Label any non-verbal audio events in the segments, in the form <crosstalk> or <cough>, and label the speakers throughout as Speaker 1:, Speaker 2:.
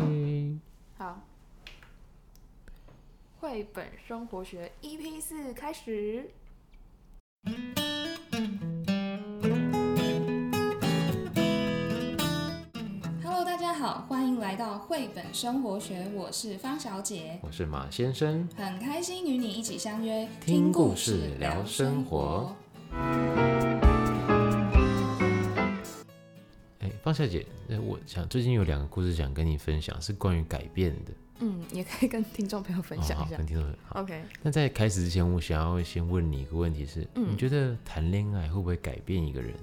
Speaker 1: Ready，
Speaker 2: 好，绘本生活学 EP 四开始。Hello，大家好，欢迎来到绘本生活学，我是方小姐，
Speaker 1: 我是马先生。
Speaker 2: 很开心与你一起相约，
Speaker 1: 听故事聊生活。哎，方小姐，呃我想最近有两个故事想跟你分享，是关于改变的。
Speaker 2: 嗯，也可以跟听众朋友分享
Speaker 1: 哦、
Speaker 2: 一
Speaker 1: 好，
Speaker 2: 下。
Speaker 1: 跟听众朋友好。
Speaker 2: OK，
Speaker 1: 那在开始之前，我想要先问你一个问题是：
Speaker 2: 嗯
Speaker 1: 你觉得谈恋爱会不会改变一个人？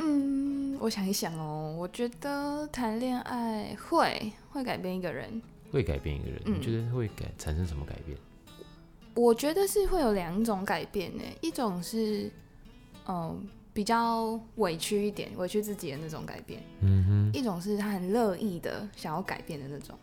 Speaker 2: 嗯，我想一想哦，我觉得谈恋爱会会改变一个人，
Speaker 1: 会改变一个人？
Speaker 2: 嗯
Speaker 1: 你觉得会改产生什么改变？
Speaker 2: 我觉得是会有两种改变呢，一种是嗯、比较委屈一点，委屈自己的那种改变；
Speaker 1: 嗯
Speaker 2: 一种是他很乐意的想要改变的那种。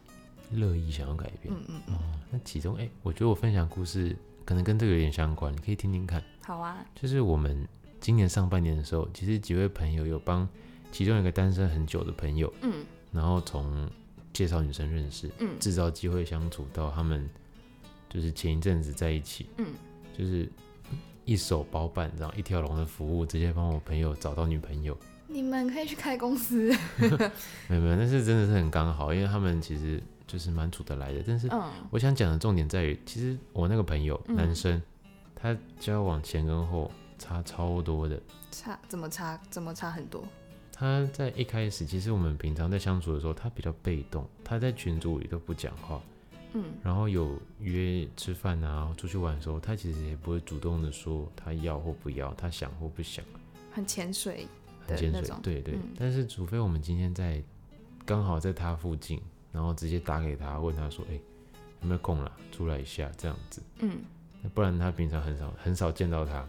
Speaker 1: 哼，乐意想要改变。
Speaker 2: 嗯嗯嗯，
Speaker 1: 哦，那其中，哎，我觉得我分享故事可能跟这个有点相关，你可以听听看。
Speaker 2: 好啊，
Speaker 1: 就是我们今年上半年的时候，其实几位朋友有帮其中一个单身很久的朋友，
Speaker 2: 嗯
Speaker 1: 然后从介绍女生认识，
Speaker 2: 嗯
Speaker 1: 制造机会相处到他们就是前一阵子在一起，
Speaker 2: 嗯，
Speaker 1: 就是一手包办，这样一条龙的服务，直接帮我朋友找到女朋友。
Speaker 2: 你们可以去开公司。
Speaker 1: 没有没有，但是真的是很刚好，因为他们其实就是蛮处得来的。但是
Speaker 2: 嗯
Speaker 1: 我想讲的重点在于，其实我那个朋友、
Speaker 2: 嗯
Speaker 1: 男生，他交往前跟后差超多的。
Speaker 2: 差怎么差怎么差很多。
Speaker 1: 他在一开始，其实我们平常在相处的时候，他比较被动，他在群组里都不讲话，
Speaker 2: 嗯
Speaker 1: 然后有约吃饭啊、出去玩的时候，他其实也不会主动的说他要或不要，他想或不想，
Speaker 2: 很潜水。
Speaker 1: 很
Speaker 2: 对
Speaker 1: 尖
Speaker 2: 那
Speaker 1: 锐，
Speaker 2: 种
Speaker 1: 对对。
Speaker 2: 嗯
Speaker 1: 但是除非我们今天在刚好在他附近，然后直接打给他，问他说：“哎、有没有空啦？出来一下这样子。
Speaker 2: 嗯，”
Speaker 1: 那不然他平常很少很少见到他，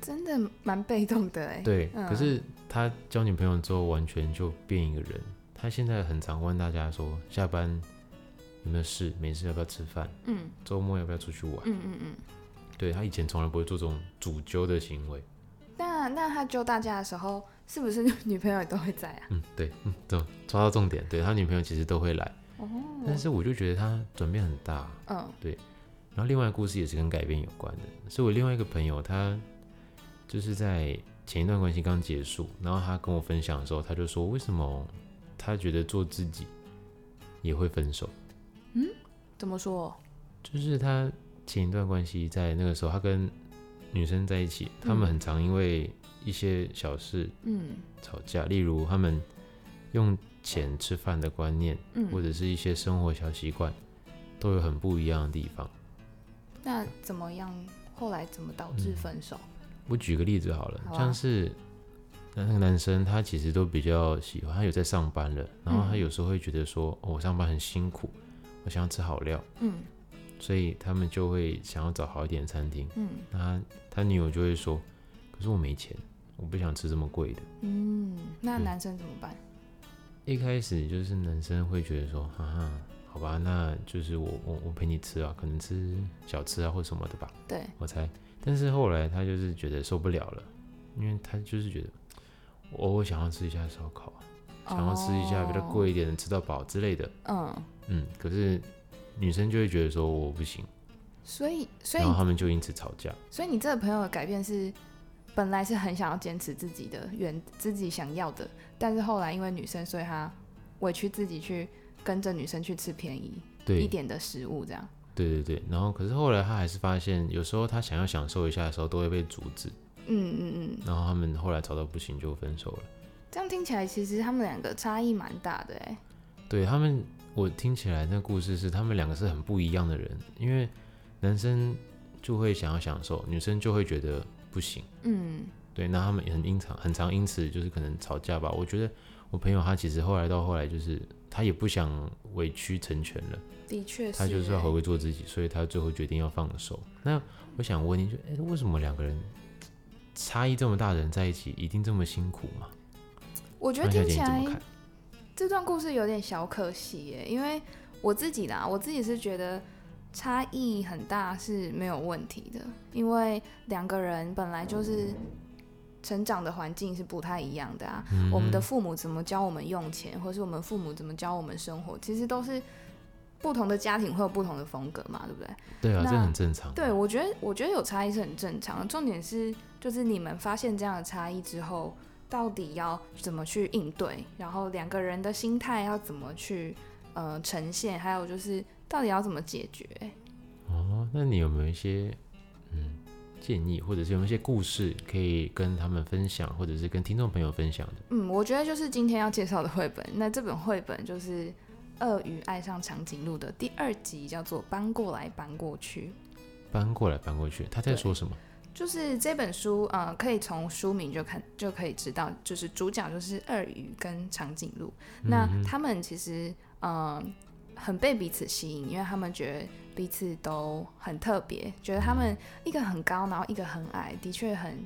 Speaker 2: 真的蛮被动的哎。
Speaker 1: 对，
Speaker 2: 嗯
Speaker 1: 可是他交女朋友之后，完全就变一个人。他现在很常问大家说，下班有没有事，没事要不要吃饭，
Speaker 2: 嗯
Speaker 1: 周末要不要出去玩？
Speaker 2: 嗯嗯嗯。
Speaker 1: 对他以前从来不会做这种主揪的行为。
Speaker 2: 那那他揪大家的时候，是不是女朋友也都会在啊？
Speaker 1: 嗯，对，嗯，对，抓到重点。对他女朋友其实都会来，
Speaker 2: 哦，
Speaker 1: 但是我就觉得他转变很大。
Speaker 2: 嗯
Speaker 1: 然后另外一个故事也是跟改变有关的，是我另外一个朋友，他就是在前一段关系刚结束，然后他跟我分享的时候，他就说为什么他觉得做自己也会分手，
Speaker 2: <laughs> 怎么说？
Speaker 1: 就是他前一段关系在那个时候，他跟女生在一起，他们很常因为一些小事
Speaker 2: 嗯
Speaker 1: 吵架，例如他们用钱吃饭的观念，或
Speaker 2: 嗯，
Speaker 1: 者是一些生活小习惯，都有很不一样的地方。
Speaker 2: 那怎么样？后来怎么导致分手？
Speaker 1: 我举个例子好了，
Speaker 2: 好啊
Speaker 1: 像是那那个男生，他其实都比较喜欢，他有在上班了，然后他
Speaker 2: 嗯
Speaker 1: 有时候会觉得说，哦，我上班很辛苦，我想要吃好料，
Speaker 2: 嗯
Speaker 1: 所以他们就会想要找好一点的餐厅。
Speaker 2: 嗯
Speaker 1: 那他他女友就会说，可是我没钱，我不想吃这么贵的。
Speaker 2: 嗯，那
Speaker 1: 嗯
Speaker 2: 男生怎么办？
Speaker 1: 一开始就是男生会觉得说，哈哈，好吧，那就是我我我陪你吃啊，可能吃小吃啊或什么的吧。
Speaker 2: 对，
Speaker 1: 我猜。但是后来他就是觉得受不了了，因为他就是觉得，我我想要吃一下烧烤，啊想要吃一下比较贵一点的，吃到饱之类的。
Speaker 2: 哦。嗯，
Speaker 1: 嗯，可是女生就会觉得说我不行，
Speaker 2: 所以所以
Speaker 1: 然后他们就因此吵架。
Speaker 2: 所以你这个朋友的改变是，本来是很想要坚持自己的原自己想要的，但是后来因为女生，所以他委屈自己去跟着女生去吃便宜一
Speaker 1: 对
Speaker 2: 点的食物，这样。
Speaker 1: 对对对，然后可是后来他还是发现，有时候他想要享受一下的时候都会被阻止，
Speaker 2: 嗯嗯嗯，
Speaker 1: 然后他们后来吵到不行就分手了。
Speaker 2: 这样听起来其实他们两个差异蛮大的哎。
Speaker 1: 对他们，我听起来那故事是他们两个是很不一样的人，因为男生就会想要享受，女生就会觉得不行。
Speaker 2: 嗯
Speaker 1: 对，那他们也很因常很常因此就是可能吵架吧。我觉得我朋友他其实后来到后来就是他也不想委曲成全了，
Speaker 2: 的确是欸，
Speaker 1: 他就是要回归做自己，所以他最后决定要放手。那我想问你就，哎，为什么两个人差异这么大的人在一起一定这么辛苦吗？
Speaker 2: 我觉得
Speaker 1: 方小姐
Speaker 2: 听起
Speaker 1: 你怎
Speaker 2: 来
Speaker 1: 么看？
Speaker 2: 这段故事有点小可惜耶，因为我自己啦，我自己是觉得差异很大是没有问题的，因为两个人本来就是成长的环境是不太一样的
Speaker 1: 嗯
Speaker 2: 啊。我们的父母怎么教我们用钱，或是我们父母怎么教我们生活，其实都是不同的家庭会有不同的风格嘛，对不对？
Speaker 1: 对啊，
Speaker 2: 那
Speaker 1: 这很正常。
Speaker 2: 对，我觉得我觉得有差异是很正常的。重点是，就是你们发现这样的差异之后，到底要怎么去应对，然后两个人的心态要怎么去呃呈现，还有就是到底要怎么解决。
Speaker 1: 哦，那你有没有一些嗯建议，或者是有没有一些故事可以跟他们分享，或者是跟听众朋友分享的？
Speaker 2: 嗯，我觉得就是今天要介绍的绘本。那这本绘本就是《鳄鱼爱上长颈鹿》的第二集，叫做《搬过来搬过去》。
Speaker 1: 搬过来搬过去，他在
Speaker 2: 对
Speaker 1: 说什么？
Speaker 2: 就是这本书，呃，可以从书名就看就可以知道，就是主角就是鳄鱼跟长颈鹿。那他们其实，呃，很被彼此吸引，因为他们觉得彼此都很特别，觉得他们一个很高，然后一个很矮，的确很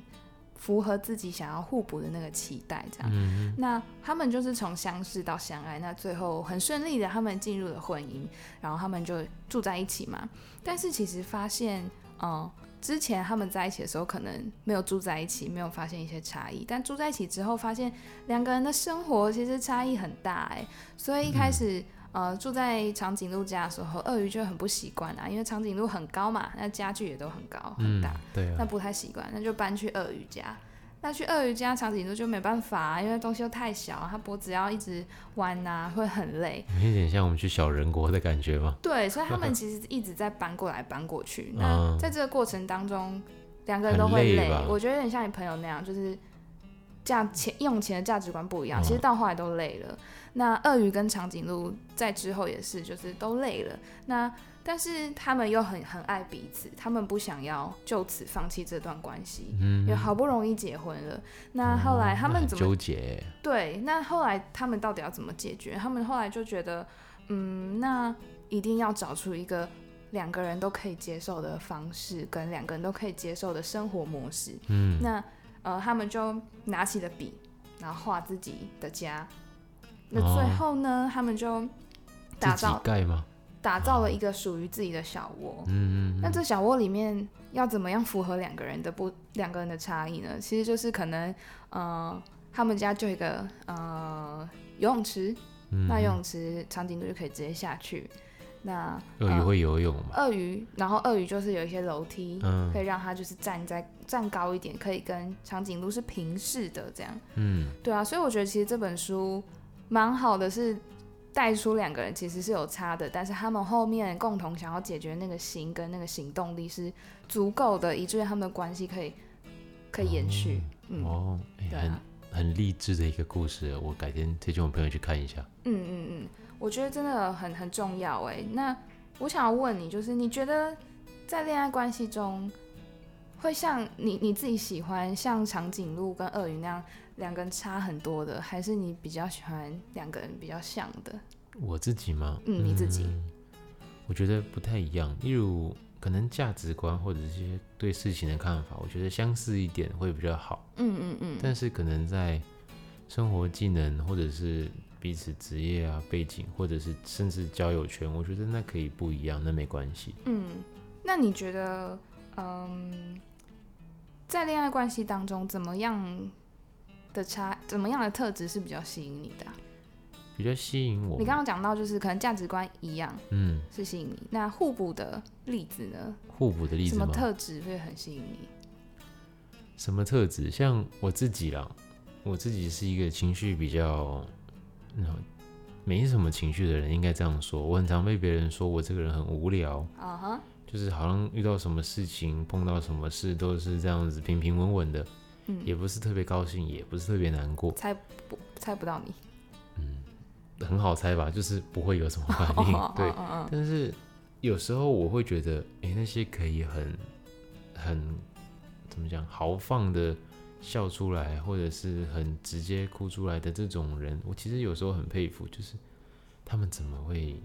Speaker 2: 符合自己想要互补的那个期待。这样，那他们就是从相识到相爱，那最后很顺利的，他们进入了婚姻，然后他们就住在一起嘛。但是其实发现，嗯、之前他们在一起的时候，可能没有住在一起，没有发现一些差异。但住在一起之后，发现两个人的生活其实差异很大哎、所以一开始、呃住在长颈鹿家的时候，鳄鱼就很不习惯啊，因为长颈鹿很高嘛，那家具也都很高很
Speaker 1: 嗯
Speaker 2: 大，，
Speaker 1: 对
Speaker 2: 那
Speaker 1: 啊，
Speaker 2: 不太习惯，那就搬去鳄鱼家。那去鳄鱼家长颈鹿就没办法、啊，因为东西又太小，它脖子要一直弯呐、会很累。
Speaker 1: 有点像我们去小人国的感觉吗？
Speaker 2: 对，所以他们其实一直在搬过来搬
Speaker 1: <laughs>
Speaker 2: 过去。那
Speaker 1: 嗯
Speaker 2: 在这个过程当中，两个人
Speaker 1: 很
Speaker 2: 都会
Speaker 1: 累
Speaker 2: 累
Speaker 1: 吧。
Speaker 2: 我觉得有点像你朋友那样，就是价钱用钱的价值观不一样，
Speaker 1: 嗯
Speaker 2: 其实到后来都累了。那鳄鱼跟长颈鹿在之后也是，就是都累了。那但是他们又很很爱彼此，他们不想要就此放弃这段关系，
Speaker 1: 嗯
Speaker 2: 因为好不容易结婚了。那后来
Speaker 1: 哦
Speaker 2: 他
Speaker 1: 那
Speaker 2: 们
Speaker 1: 很
Speaker 2: 怎么
Speaker 1: 纠结耶？
Speaker 2: 对，那后来他们到底要怎么解决？他们后来就觉得，嗯，那一定要找出一个两个人都可以接受的方式，跟两个人都可以接受的生活模式。
Speaker 1: 嗯，
Speaker 2: 那呃，他们就拿起了笔，然后画自己的家。那最
Speaker 1: 哦
Speaker 2: 后呢，他们就打
Speaker 1: 自己
Speaker 2: 造
Speaker 1: 盖吗？
Speaker 2: 打造了一个属于自己的小窝。
Speaker 1: 嗯，嗯
Speaker 2: 那这小窝里面要怎么样符合两个人的不两个人的差异呢？其实就是可能，呃，他们家就有一个呃游泳池，
Speaker 1: 嗯
Speaker 2: 那游啊泳池长颈鹿就可以直接下去。那呃
Speaker 1: 鳄鱼会游泳嘛？
Speaker 2: 鳄鱼，然后鳄鱼就是有一些楼梯，
Speaker 1: 嗯
Speaker 2: 可以让它就是站在站高一点，可以跟长颈鹿是平视的这样。
Speaker 1: 嗯，
Speaker 2: 对啊，所以我觉得其实这本书蛮好的，是带出两个人其实是有差的，但是他们后面共同想要解决那个心跟那个行动力是足够的，以至于他们的关系可以可以延续。嗯，
Speaker 1: 哦，哎
Speaker 2: 对
Speaker 1: 很
Speaker 2: 啊，
Speaker 1: 很励志的一个故事，我改天推荐我朋友去看一下。
Speaker 2: 嗯嗯嗯，我觉得真的很很重要哎。那我想要问你，就是你觉得在恋爱关系中，会像你你自己喜欢像长颈鹿跟鳄鱼那样两个人差很多的，还是你比较喜欢两个人比较像的？
Speaker 1: 我自己吗？
Speaker 2: 嗯你自己
Speaker 1: 我觉得不太一样。例如，可能价值观或者是一些对事情的看法，我觉得相似一点会比较好。
Speaker 2: 嗯嗯嗯。
Speaker 1: 但是可能在生活技能，或者是彼此职业啊、背景，或者是甚至交友圈，我觉得那可以不一样，那没关系。
Speaker 2: 嗯，那你觉得，嗯，在恋爱关系当中，怎么样的差，怎么样的特质是比较吸引你的啊、
Speaker 1: 比较吸引我
Speaker 2: 你刚
Speaker 1: 嘛，
Speaker 2: 刚讲到，就是可能价值观一样
Speaker 1: 嗯，
Speaker 2: 是吸引你，那互补的例子呢？
Speaker 1: 互补的例
Speaker 2: 什
Speaker 1: 子
Speaker 2: 么
Speaker 1: 吗？
Speaker 2: 特质会很吸引你？
Speaker 1: 什么特质？像我自己啦，我自己是一个情绪比较，嗯，没什么情绪的人，应该这样说。我很常被别人说我这个人很无聊，
Speaker 2: 啊哈，
Speaker 1: 就是好像遇到什么事情、碰到什么事都是这样子平平稳稳的，
Speaker 2: 嗯
Speaker 1: 也不是特别高兴，也不是特别难过，
Speaker 2: 猜不猜不到你？
Speaker 1: 很好猜吧，就是不会有什么反
Speaker 2: 哦 <laughs>
Speaker 1: 应。
Speaker 2: 哦
Speaker 1: <laughs> 对，
Speaker 2: 哦
Speaker 1: 但是有时候我会觉得，哎、那些可以很很怎么讲豪放的笑出来，或者是很直接哭出来的这种人，我其实有时候很佩服，就是他们怎么会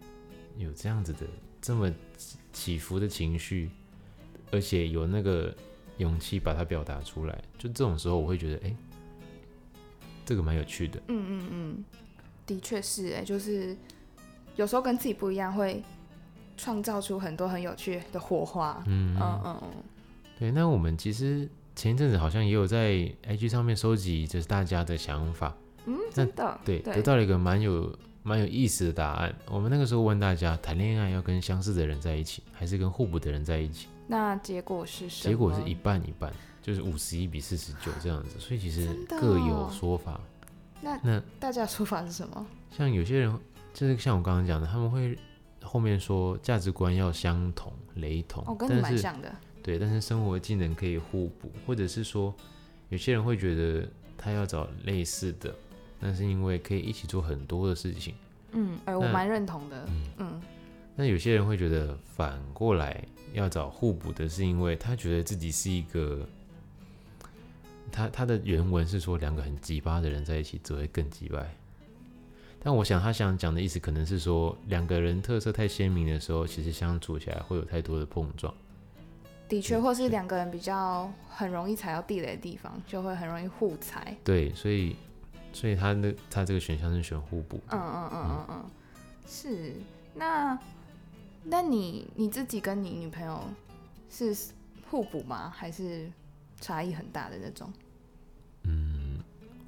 Speaker 1: 有这样子的这么起起伏的情绪，而且有那个勇气把它表达出来。就这种时候，我会觉得，哎、这个蛮有趣的。
Speaker 2: 嗯嗯嗯，的确是哎、就是有时候跟自己不一样，会创造出很多很有趣的火花。
Speaker 1: 嗯
Speaker 2: 嗯嗯嗯，
Speaker 1: 对，那我们其实前一阵子好像也有在 IG 上面收集，就是大家的想法，
Speaker 2: 嗯，真的，
Speaker 1: 对，
Speaker 2: 对，
Speaker 1: 得到了一个蛮有蛮有意思的答案。我们那个时候问大家，谈恋爱要跟相似的人在一起，还是跟互补的人在一起？
Speaker 2: 那结果是什么？
Speaker 1: 结果是一半一半，就是五十一比四十九这样子。所以其实
Speaker 2: 真的
Speaker 1: 各有
Speaker 2: 哦
Speaker 1: 说法。
Speaker 2: 那
Speaker 1: 那
Speaker 2: 大家的说法是什么？
Speaker 1: 像有些人，就是像我刚刚讲的，他们会后面说价值观要相同、雷同，
Speaker 2: 哦，跟你
Speaker 1: 但
Speaker 2: 蛮
Speaker 1: 是
Speaker 2: 像的，
Speaker 1: 对，但是生活技能可以互补，或者是说有些人会觉得他要找类似的，那是因为可以一起做很多的事情。
Speaker 2: 嗯，哎，我
Speaker 1: 那
Speaker 2: 蛮认同的，嗯，
Speaker 1: 那有些人会觉得反过来要找互补的，是因为他觉得自己是一个，他他的原文是说两个很鸡巴的人在一起只会更鸡掰。但我想他想讲的意思可能是说，两个人特色太鲜明的时候，其实相处起来会有太多的碰撞。
Speaker 2: 的确，
Speaker 1: 嗯
Speaker 2: 或是
Speaker 1: 是
Speaker 2: 两个人比较很容易踩到地雷的地方，就会很容易互踩，
Speaker 1: 对，所以所以他那他这个选项是选互补。
Speaker 2: 嗯嗯嗯嗯嗯，是。那那你你自己跟你女朋友是互补吗？还是差异很大的那种？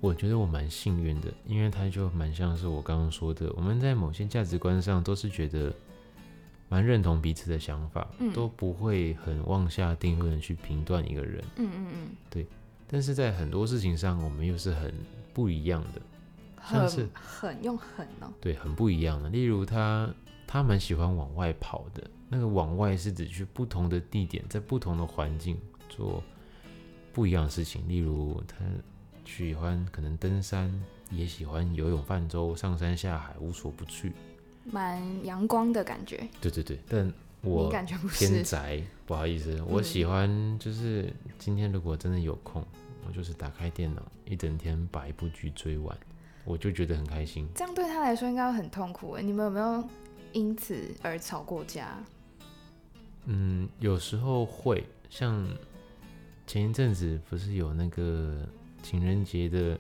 Speaker 1: 我觉得我蛮幸运的，因为他就蛮像是我刚刚说的，我们在某些价值观上都是觉得蛮认同彼此的想法，
Speaker 2: 嗯
Speaker 1: 都不会很妄下定论去评断一个人。
Speaker 2: 嗯嗯嗯，
Speaker 1: 但是在很多事情上，我们又是很不一样的，像是
Speaker 2: 很很用很哦，
Speaker 1: 对，很不一样的。例如他，他蛮喜欢往外跑的，那个往外是指去不同的地点，在不同的环境做不一样的事情。例如，他喜欢可能登山，也喜欢游泳、泛舟、上山下海，无所不去。
Speaker 2: 蛮阳光的感觉。
Speaker 1: 对对对，但
Speaker 2: 你
Speaker 1: 我
Speaker 2: 感觉不
Speaker 1: 偏
Speaker 2: 是？嗯
Speaker 1: 宅，不好意思，我喜欢就是今天如果真的有空，我就是打开电脑，一整天把一部剧追完，我就觉得很开心。
Speaker 2: 这样对他来说应该会很痛苦哎。你们有没有因此而吵过架？
Speaker 1: 嗯，有时候会，像前一阵子不是有那个情人节的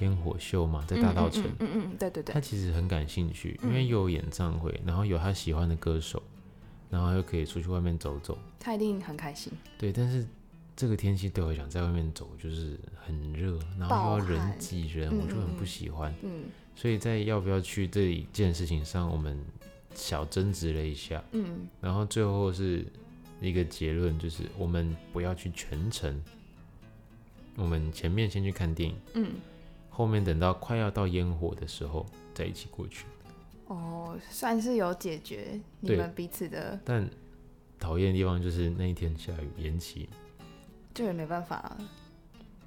Speaker 1: 烟火秀嘛，在大道城，
Speaker 2: 嗯嗯嗯嗯嗯，对对对
Speaker 1: 他，其实很感兴趣，因
Speaker 2: 嗯
Speaker 1: 为有演唱会，然后有他喜欢的歌手，然后又可以出去外面走走。
Speaker 2: 他一定很开心。
Speaker 1: 对，但是这个天气对我来讲，在外面走就是很热，然后
Speaker 2: 爆
Speaker 1: 又要人
Speaker 2: 汗
Speaker 1: 挤人，
Speaker 2: 嗯
Speaker 1: 我就很
Speaker 2: 嗯
Speaker 1: 不
Speaker 2: 嗯
Speaker 1: 喜欢。
Speaker 2: 嗯
Speaker 1: 所以在要不要去这一件事情上，我们小争执了一下。
Speaker 2: 嗯，
Speaker 1: 然后最后是一个结论，就是我们不要去全程，我们前面先去看电影，
Speaker 2: 嗯，
Speaker 1: 后面等到快要到烟火的时候再一起过去。
Speaker 2: 哦，算是有解决你
Speaker 1: 对
Speaker 2: 们彼此的，
Speaker 1: 但讨厌的地方就是那一天下雨延期，
Speaker 2: 就也没办法了。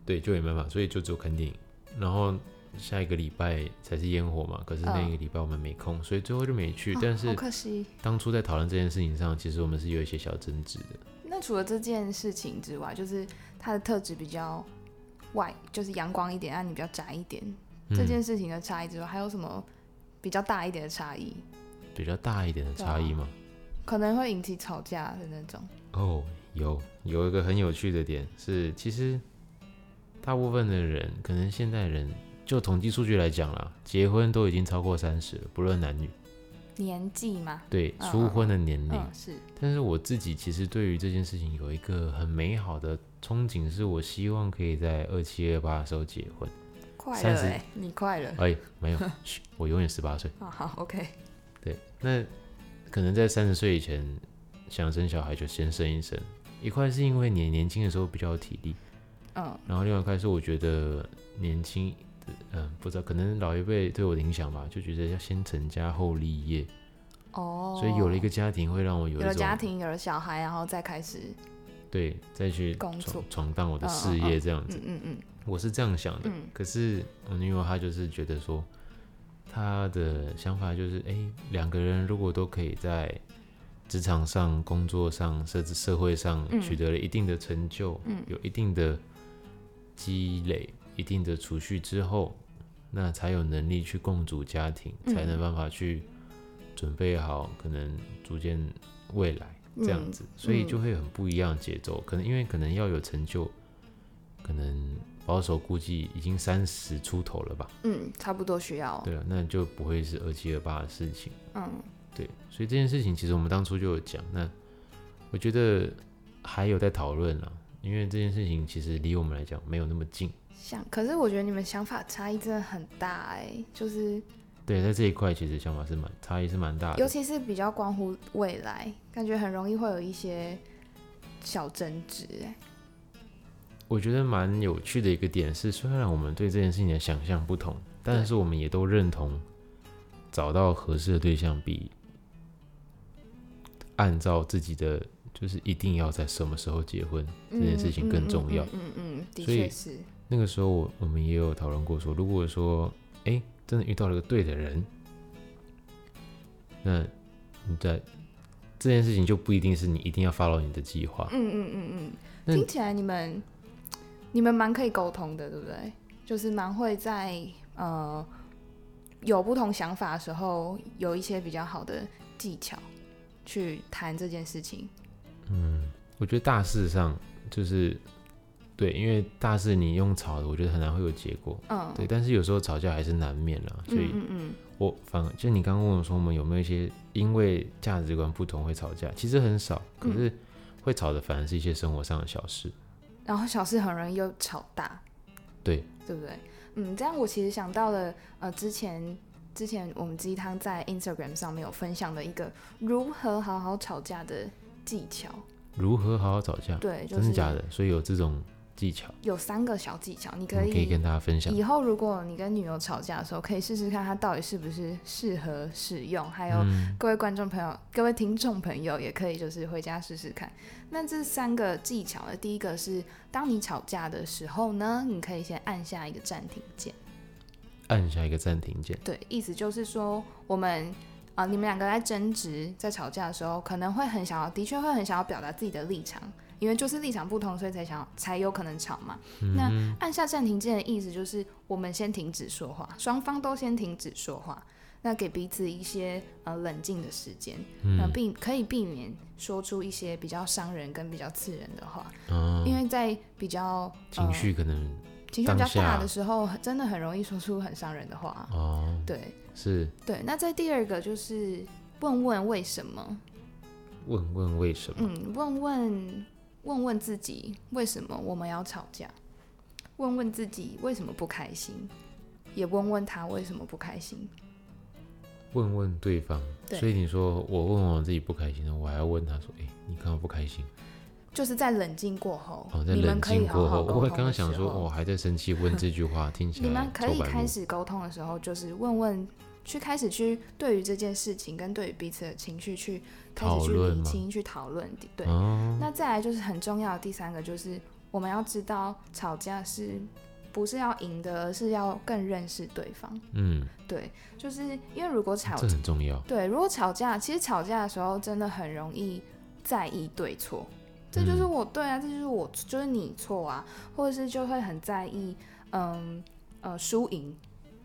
Speaker 1: 对，就没办法，所以就只有看电影。然后下一个礼拜才是烟火嘛，可是那
Speaker 2: 嗯
Speaker 1: 个礼拜我们没空，所以最后就没去。
Speaker 2: 哦
Speaker 1: 但
Speaker 2: 好
Speaker 1: 是
Speaker 2: 可惜。
Speaker 1: 当初在讨论这件事情上，其实我们是有一些小争执的。
Speaker 2: 那除了这件事情之外，就是他的特质比较外，就是阳光一点，啊，你比较宅一点。这
Speaker 1: 嗯
Speaker 2: 件事情的差异之外，还有什么比较大一点的差异，
Speaker 1: 比较大一点的
Speaker 2: 对
Speaker 1: 差异
Speaker 2: 啊
Speaker 1: 嘛，
Speaker 2: 可能会引起吵架的那种？
Speaker 1: 哦，有有一个很有趣的点是，其实大部分的人，可能现代人，就统计数据来讲啦，结婚都已经超过三十了，不论男女，
Speaker 2: 年纪嘛，
Speaker 1: 对，
Speaker 2: 嗯
Speaker 1: 初婚的年龄。
Speaker 2: 嗯，是
Speaker 1: 但是我自己其实对于这件事情有一个很美好的憧憬，是我希望可以在二七二八的时候结
Speaker 2: <laughs>
Speaker 1: 婚。
Speaker 2: 快
Speaker 1: 三
Speaker 2: 了
Speaker 1: 十
Speaker 2: 哎、你快了。
Speaker 1: 哎，没有，嘘我永远十八岁。
Speaker 2: 啊，好，OK，
Speaker 1: 对，那可能在三十岁以前想生小孩就先生一生，一块是因为你年轻的时候比较有体力。
Speaker 2: 嗯，
Speaker 1: 然后另外一块是我觉得年轻，嗯，不知道，可能老一辈对我的影响吧，就觉得要先成家后立业，
Speaker 2: 哦，
Speaker 1: 所以有了一个家庭会让我有
Speaker 2: 有
Speaker 1: 一
Speaker 2: 了
Speaker 1: 种
Speaker 2: 家庭，有了小孩，然后再开始，
Speaker 1: 对再去
Speaker 2: 工作
Speaker 1: 闯闯荡我的
Speaker 2: 嗯嗯
Speaker 1: 事业这样子，
Speaker 2: 嗯嗯嗯
Speaker 1: 我是这样想的。
Speaker 2: 嗯，
Speaker 1: 可是我女友她就是觉得说，她的想法就是，哎、两个人如果都可以在职场上、工作上，甚至社会上
Speaker 2: 嗯
Speaker 1: 取得了一定的成就，
Speaker 2: 嗯
Speaker 1: 有一定的积累、一定的储蓄之后，那才有能力去共组家庭，
Speaker 2: 嗯
Speaker 1: 才能办法去准备好，可能逐渐未来。这样
Speaker 2: 嗯
Speaker 1: 子，所以就会很不一样的节奏。可能因为可能要有成就，可能保守估计已经三十出头了吧？
Speaker 2: 嗯，差不多需要哦，
Speaker 1: 对了，那就不会是二七二八的事情。
Speaker 2: 嗯
Speaker 1: 对，所以这件事情其实我们当初就有讲。那我觉得还有在讨论啊，因为这件事情其实离我们来讲没有那么近。
Speaker 2: 想，可是我觉得你们想法差异真的很大哎、就是
Speaker 1: 对，在这一块其实想法是蛮差异是蛮大
Speaker 2: 尤
Speaker 1: 的。
Speaker 2: 其是比较关乎未来，感觉很容易会有一些小争执哎、
Speaker 1: 我觉得蛮有趣的一个点是，虽然我们对这件事情的想象不同，但是我们也都认同，找到合适的对象比按照自己的就是一定要在什么时候结婚这件事情更重要。
Speaker 2: 嗯嗯嗯嗯嗯的
Speaker 1: 所以
Speaker 2: 确是，
Speaker 1: 那个时候我我们也有讨论过说，如果说哎、诶真的遇到了个对的人，那你在这件事情就不一定是你一定要 follow 你的计划。
Speaker 2: 嗯嗯嗯嗯
Speaker 1: 那
Speaker 2: 嗯，听起来你们你们蛮可以沟通的，对不对？就是蛮会在呃有不同想法的时候，有一些比较好的技巧去谈这件事情。
Speaker 1: 我觉得大事上就是对，因为大事你用吵的，我觉得很难会有结果。
Speaker 2: 嗯，
Speaker 1: 对，但是有时候吵架还是难免啦，所以
Speaker 2: 嗯嗯嗯，
Speaker 1: 我反而就你刚刚问我说我们有没有一些因为价值观不同会吵架，其实很少，可
Speaker 2: 嗯
Speaker 1: 是会吵的反而是一些生活上的小事。
Speaker 2: 然后小事很容易又吵大，
Speaker 1: 对，
Speaker 2: 对不对？嗯，这样我其实想到了，呃，之前之前我们鸡汤在 Instagram 上面有分享的一个如何好好吵架的技巧，
Speaker 1: 如何好好吵架，
Speaker 2: 对，就
Speaker 1: 真的
Speaker 2: 是
Speaker 1: 假的？所以有这种技巧，
Speaker 2: 有三个小技巧，你
Speaker 1: 我
Speaker 2: 可
Speaker 1: 嗯们可以
Speaker 2: 以
Speaker 1: 跟大家分享。
Speaker 2: 以后如果你跟女友吵架的时候，可以试试看它到底是不是适合使用。还
Speaker 1: 嗯
Speaker 2: 有各位观众朋友、各位听众朋友，也可以就是回家试试看。那这三个技巧呢，第一个是，当你吵架的时候呢，你可以先按下一个暂停键。
Speaker 1: 按下一个暂停键，
Speaker 2: 对，意思就是说，我们啊、你们两个在争执、在吵架的时候，可能会很想要，的确会很想要表达自己的立场，因为就是立场不同，所以才想才有可能吵嘛。
Speaker 1: 嗯
Speaker 2: 那按下暂停键的意思就是，我们先停止说话，双方都先停止说话，那给彼此一些呃冷静的时间，
Speaker 1: 嗯
Speaker 2: 那避可以避免说出一些比较伤人跟比较刺人的话，
Speaker 1: 嗯，
Speaker 2: 因为在比较呃
Speaker 1: 情绪可能
Speaker 2: 情绪比较
Speaker 1: 当下
Speaker 2: 大的时候，真的很容易说出很伤人的话。
Speaker 1: 哦
Speaker 2: 对，
Speaker 1: 是
Speaker 2: 对，那在第二个就是问问为什么，
Speaker 1: 问问为什么，
Speaker 2: 嗯，问问问问自己为什么我们要吵架，问问自己为什么不开心，也问问他为什么不开心。
Speaker 1: 问问对方。
Speaker 2: 对
Speaker 1: 所以你说我问我自己不开心的，我还要问他说，哎、你干嘛不开心？
Speaker 2: 就是在冷静过后，
Speaker 1: 哦，在
Speaker 2: 你们
Speaker 1: 冷
Speaker 2: 可以
Speaker 1: 静
Speaker 2: 好
Speaker 1: 过
Speaker 2: 好
Speaker 1: 后，
Speaker 2: 沟
Speaker 1: 我
Speaker 2: 通
Speaker 1: 刚刚
Speaker 2: 的
Speaker 1: 想
Speaker 2: 时
Speaker 1: 说，哦
Speaker 2: 候
Speaker 1: 我、还在生气，问这句话听起
Speaker 2: <laughs> 你
Speaker 1: 来
Speaker 2: 们可
Speaker 1: 臭
Speaker 2: 以
Speaker 1: 白
Speaker 2: 开
Speaker 1: 目。
Speaker 2: 始沟通的时候，就是问问，去开始去对于这件事情跟对于彼此的情绪去开始
Speaker 1: 讨
Speaker 2: 去
Speaker 1: 论
Speaker 2: 理
Speaker 1: 吗
Speaker 2: 清、去讨论。对，
Speaker 1: 哦，
Speaker 2: 那再来就是很重要的第三个，就是我们要知道吵架是不是要赢的，而是要更认识对方。
Speaker 1: 嗯，
Speaker 2: 对，就是因为如果吵
Speaker 1: 这很重要。
Speaker 2: 对，如果吵架，其实吵架的时候真的很容易在意对错，这就是我对啊，这就是我，就是你错啊，或者是就会很在意，嗯呃输赢。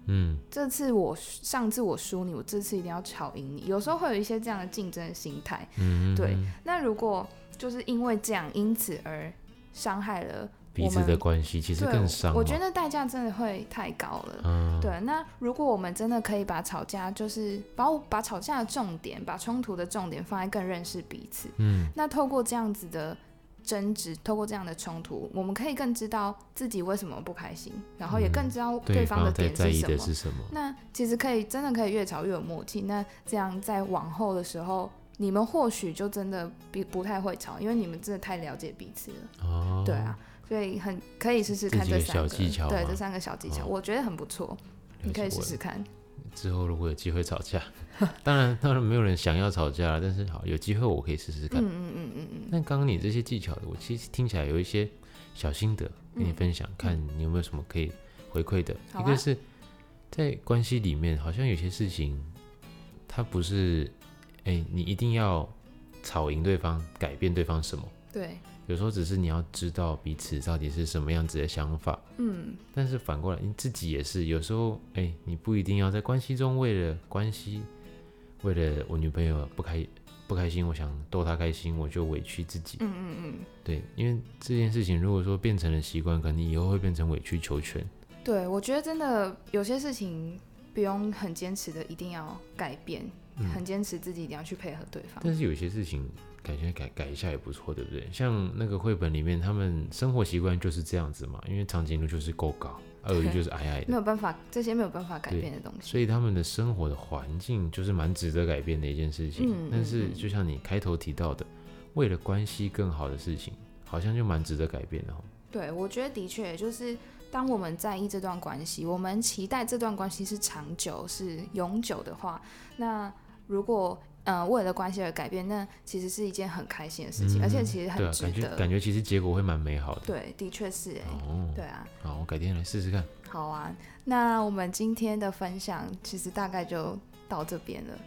Speaker 1: 嗯，
Speaker 2: 这次我上次我输你，我这次一定要吵赢你。有时候会有一些这样的竞争心态，
Speaker 1: 嗯
Speaker 2: 对。那如果就是因为这样，因此而伤害了
Speaker 1: 彼此
Speaker 2: 我
Speaker 1: 的
Speaker 2: 们
Speaker 1: 关系其实
Speaker 2: 对，
Speaker 1: 更伤哦。
Speaker 2: 我觉得代价真的会太高了。
Speaker 1: 嗯，
Speaker 2: 对，那如果我们真的可以把吵架，就是把我把吵架的重点，把冲突的重点放在更认识彼此，
Speaker 1: 嗯，
Speaker 2: 那透过这样子的争执，透过这样的冲突，我们可以更知道自己为什么不开心，然后也更知道
Speaker 1: 嗯对
Speaker 2: 方的
Speaker 1: 在
Speaker 2: 点
Speaker 1: 在
Speaker 2: 是
Speaker 1: 意
Speaker 2: 什
Speaker 1: 的
Speaker 2: 么。
Speaker 1: 是什么？
Speaker 2: 那其实可以真的可以越吵越有默契。那这样在往后的时候，你们或许就真的比不太会吵，因为你们真的太了解彼此了。
Speaker 1: 哦，
Speaker 2: 对啊，所以很可以试试
Speaker 1: 这
Speaker 2: 看
Speaker 1: 几
Speaker 2: 这
Speaker 1: 个
Speaker 2: 三
Speaker 1: 小
Speaker 2: 个，
Speaker 1: 技巧
Speaker 2: 对
Speaker 1: 吗
Speaker 2: 这三个小技巧，
Speaker 1: 哦
Speaker 2: 我觉得很不错，
Speaker 1: 了
Speaker 2: 你可以
Speaker 1: 解
Speaker 2: 试
Speaker 1: 我
Speaker 2: 试看。
Speaker 1: 之后如果有机会吵架， <laughs> 当然当然没有人想要吵架了，但是好有机会我可以试试看。嗯嗯嗯嗯嗯。那刚刚你这些技巧，我其实听起来有一些小心得跟你分享，看你有没有什么可以回馈的。
Speaker 2: 嗯好啊
Speaker 1: 一个是在关系里面，好像有些事情，它不是哎、你一定要吵赢对方，改变对方什么。
Speaker 2: 对，
Speaker 1: 有时候只是你要知道彼此到底是什么样子的想法，
Speaker 2: 嗯，
Speaker 1: 但是反过来，你自己也是，有时候，哎、你不一定要在关系中为了关系，为了我女朋友不开不开心，我想逗她开心，我就委屈自己。嗯嗯嗯，对，因为这件事情如果说变成了习惯，可能以后会变成委曲求全。
Speaker 2: 对，我觉得真的有些事情不用很坚持的，一定要改变。
Speaker 1: 嗯
Speaker 2: 很坚持自己一定要去配合对方。
Speaker 1: 但是有些事情改天改改一下也不错，对不对？像那个绘本里面，他们生活习惯就是这样子嘛，因为长颈鹿就是够高，鳄鱼就是矮矮
Speaker 2: 没
Speaker 1: 的，
Speaker 2: 有办法，这些没有办法改
Speaker 1: 对
Speaker 2: 变的东西。
Speaker 1: 所以他们的生活的环境就是蛮值得改变的一件事情。
Speaker 2: 嗯
Speaker 1: 但是就像你开头提到的，为了关系更好的事情，好像就蛮值得改变的哦。
Speaker 2: 对，我觉得的确就是，当我们在意这段关系，我们期待这段关系是长久、是永久的话，那如果呃为了关系而改变，那其实是一件很开心的事情，
Speaker 1: 嗯
Speaker 2: 而且其实
Speaker 1: 对
Speaker 2: 很
Speaker 1: 啊，
Speaker 2: 值
Speaker 1: 感觉
Speaker 2: 得。
Speaker 1: 感觉其实结果会蛮美好的。
Speaker 2: 对，的确是哎、
Speaker 1: 哦，
Speaker 2: 对啊，
Speaker 1: 好，我改天来试试看。
Speaker 2: 好啊。那我们今天的分享其实大概就到这边了，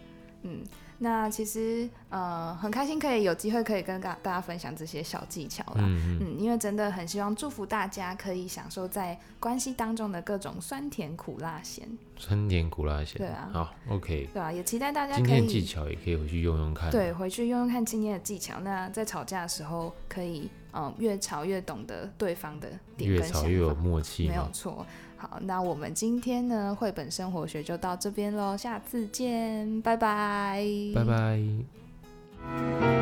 Speaker 2: 嗯。那其实呃很开心可以有机会可以跟大大家分享这些小技巧啦。
Speaker 1: 嗯嗯，
Speaker 2: 嗯，因为真的很希望祝福大家可以享受在关系当中的各种酸甜苦辣咸，
Speaker 1: 酸甜苦辣
Speaker 2: 对
Speaker 1: 咸。
Speaker 2: 啊，
Speaker 1: 好，OK。
Speaker 2: 对啊，也期待大家
Speaker 1: 今
Speaker 2: 可
Speaker 1: 天的技
Speaker 2: 以
Speaker 1: 巧也啊可以回去用用看。
Speaker 2: 对回去用用看今天的技巧，那在吵架的时候可以嗯、呃越吵越懂得对方的点
Speaker 1: 越
Speaker 2: 跟想
Speaker 1: 吵越有哦
Speaker 2: 法，
Speaker 1: 默契
Speaker 2: 没有
Speaker 1: 嘛。
Speaker 2: 错。好，那我们今天呢绘本生活学就到这边喽，下次见，拜拜，
Speaker 1: 拜拜。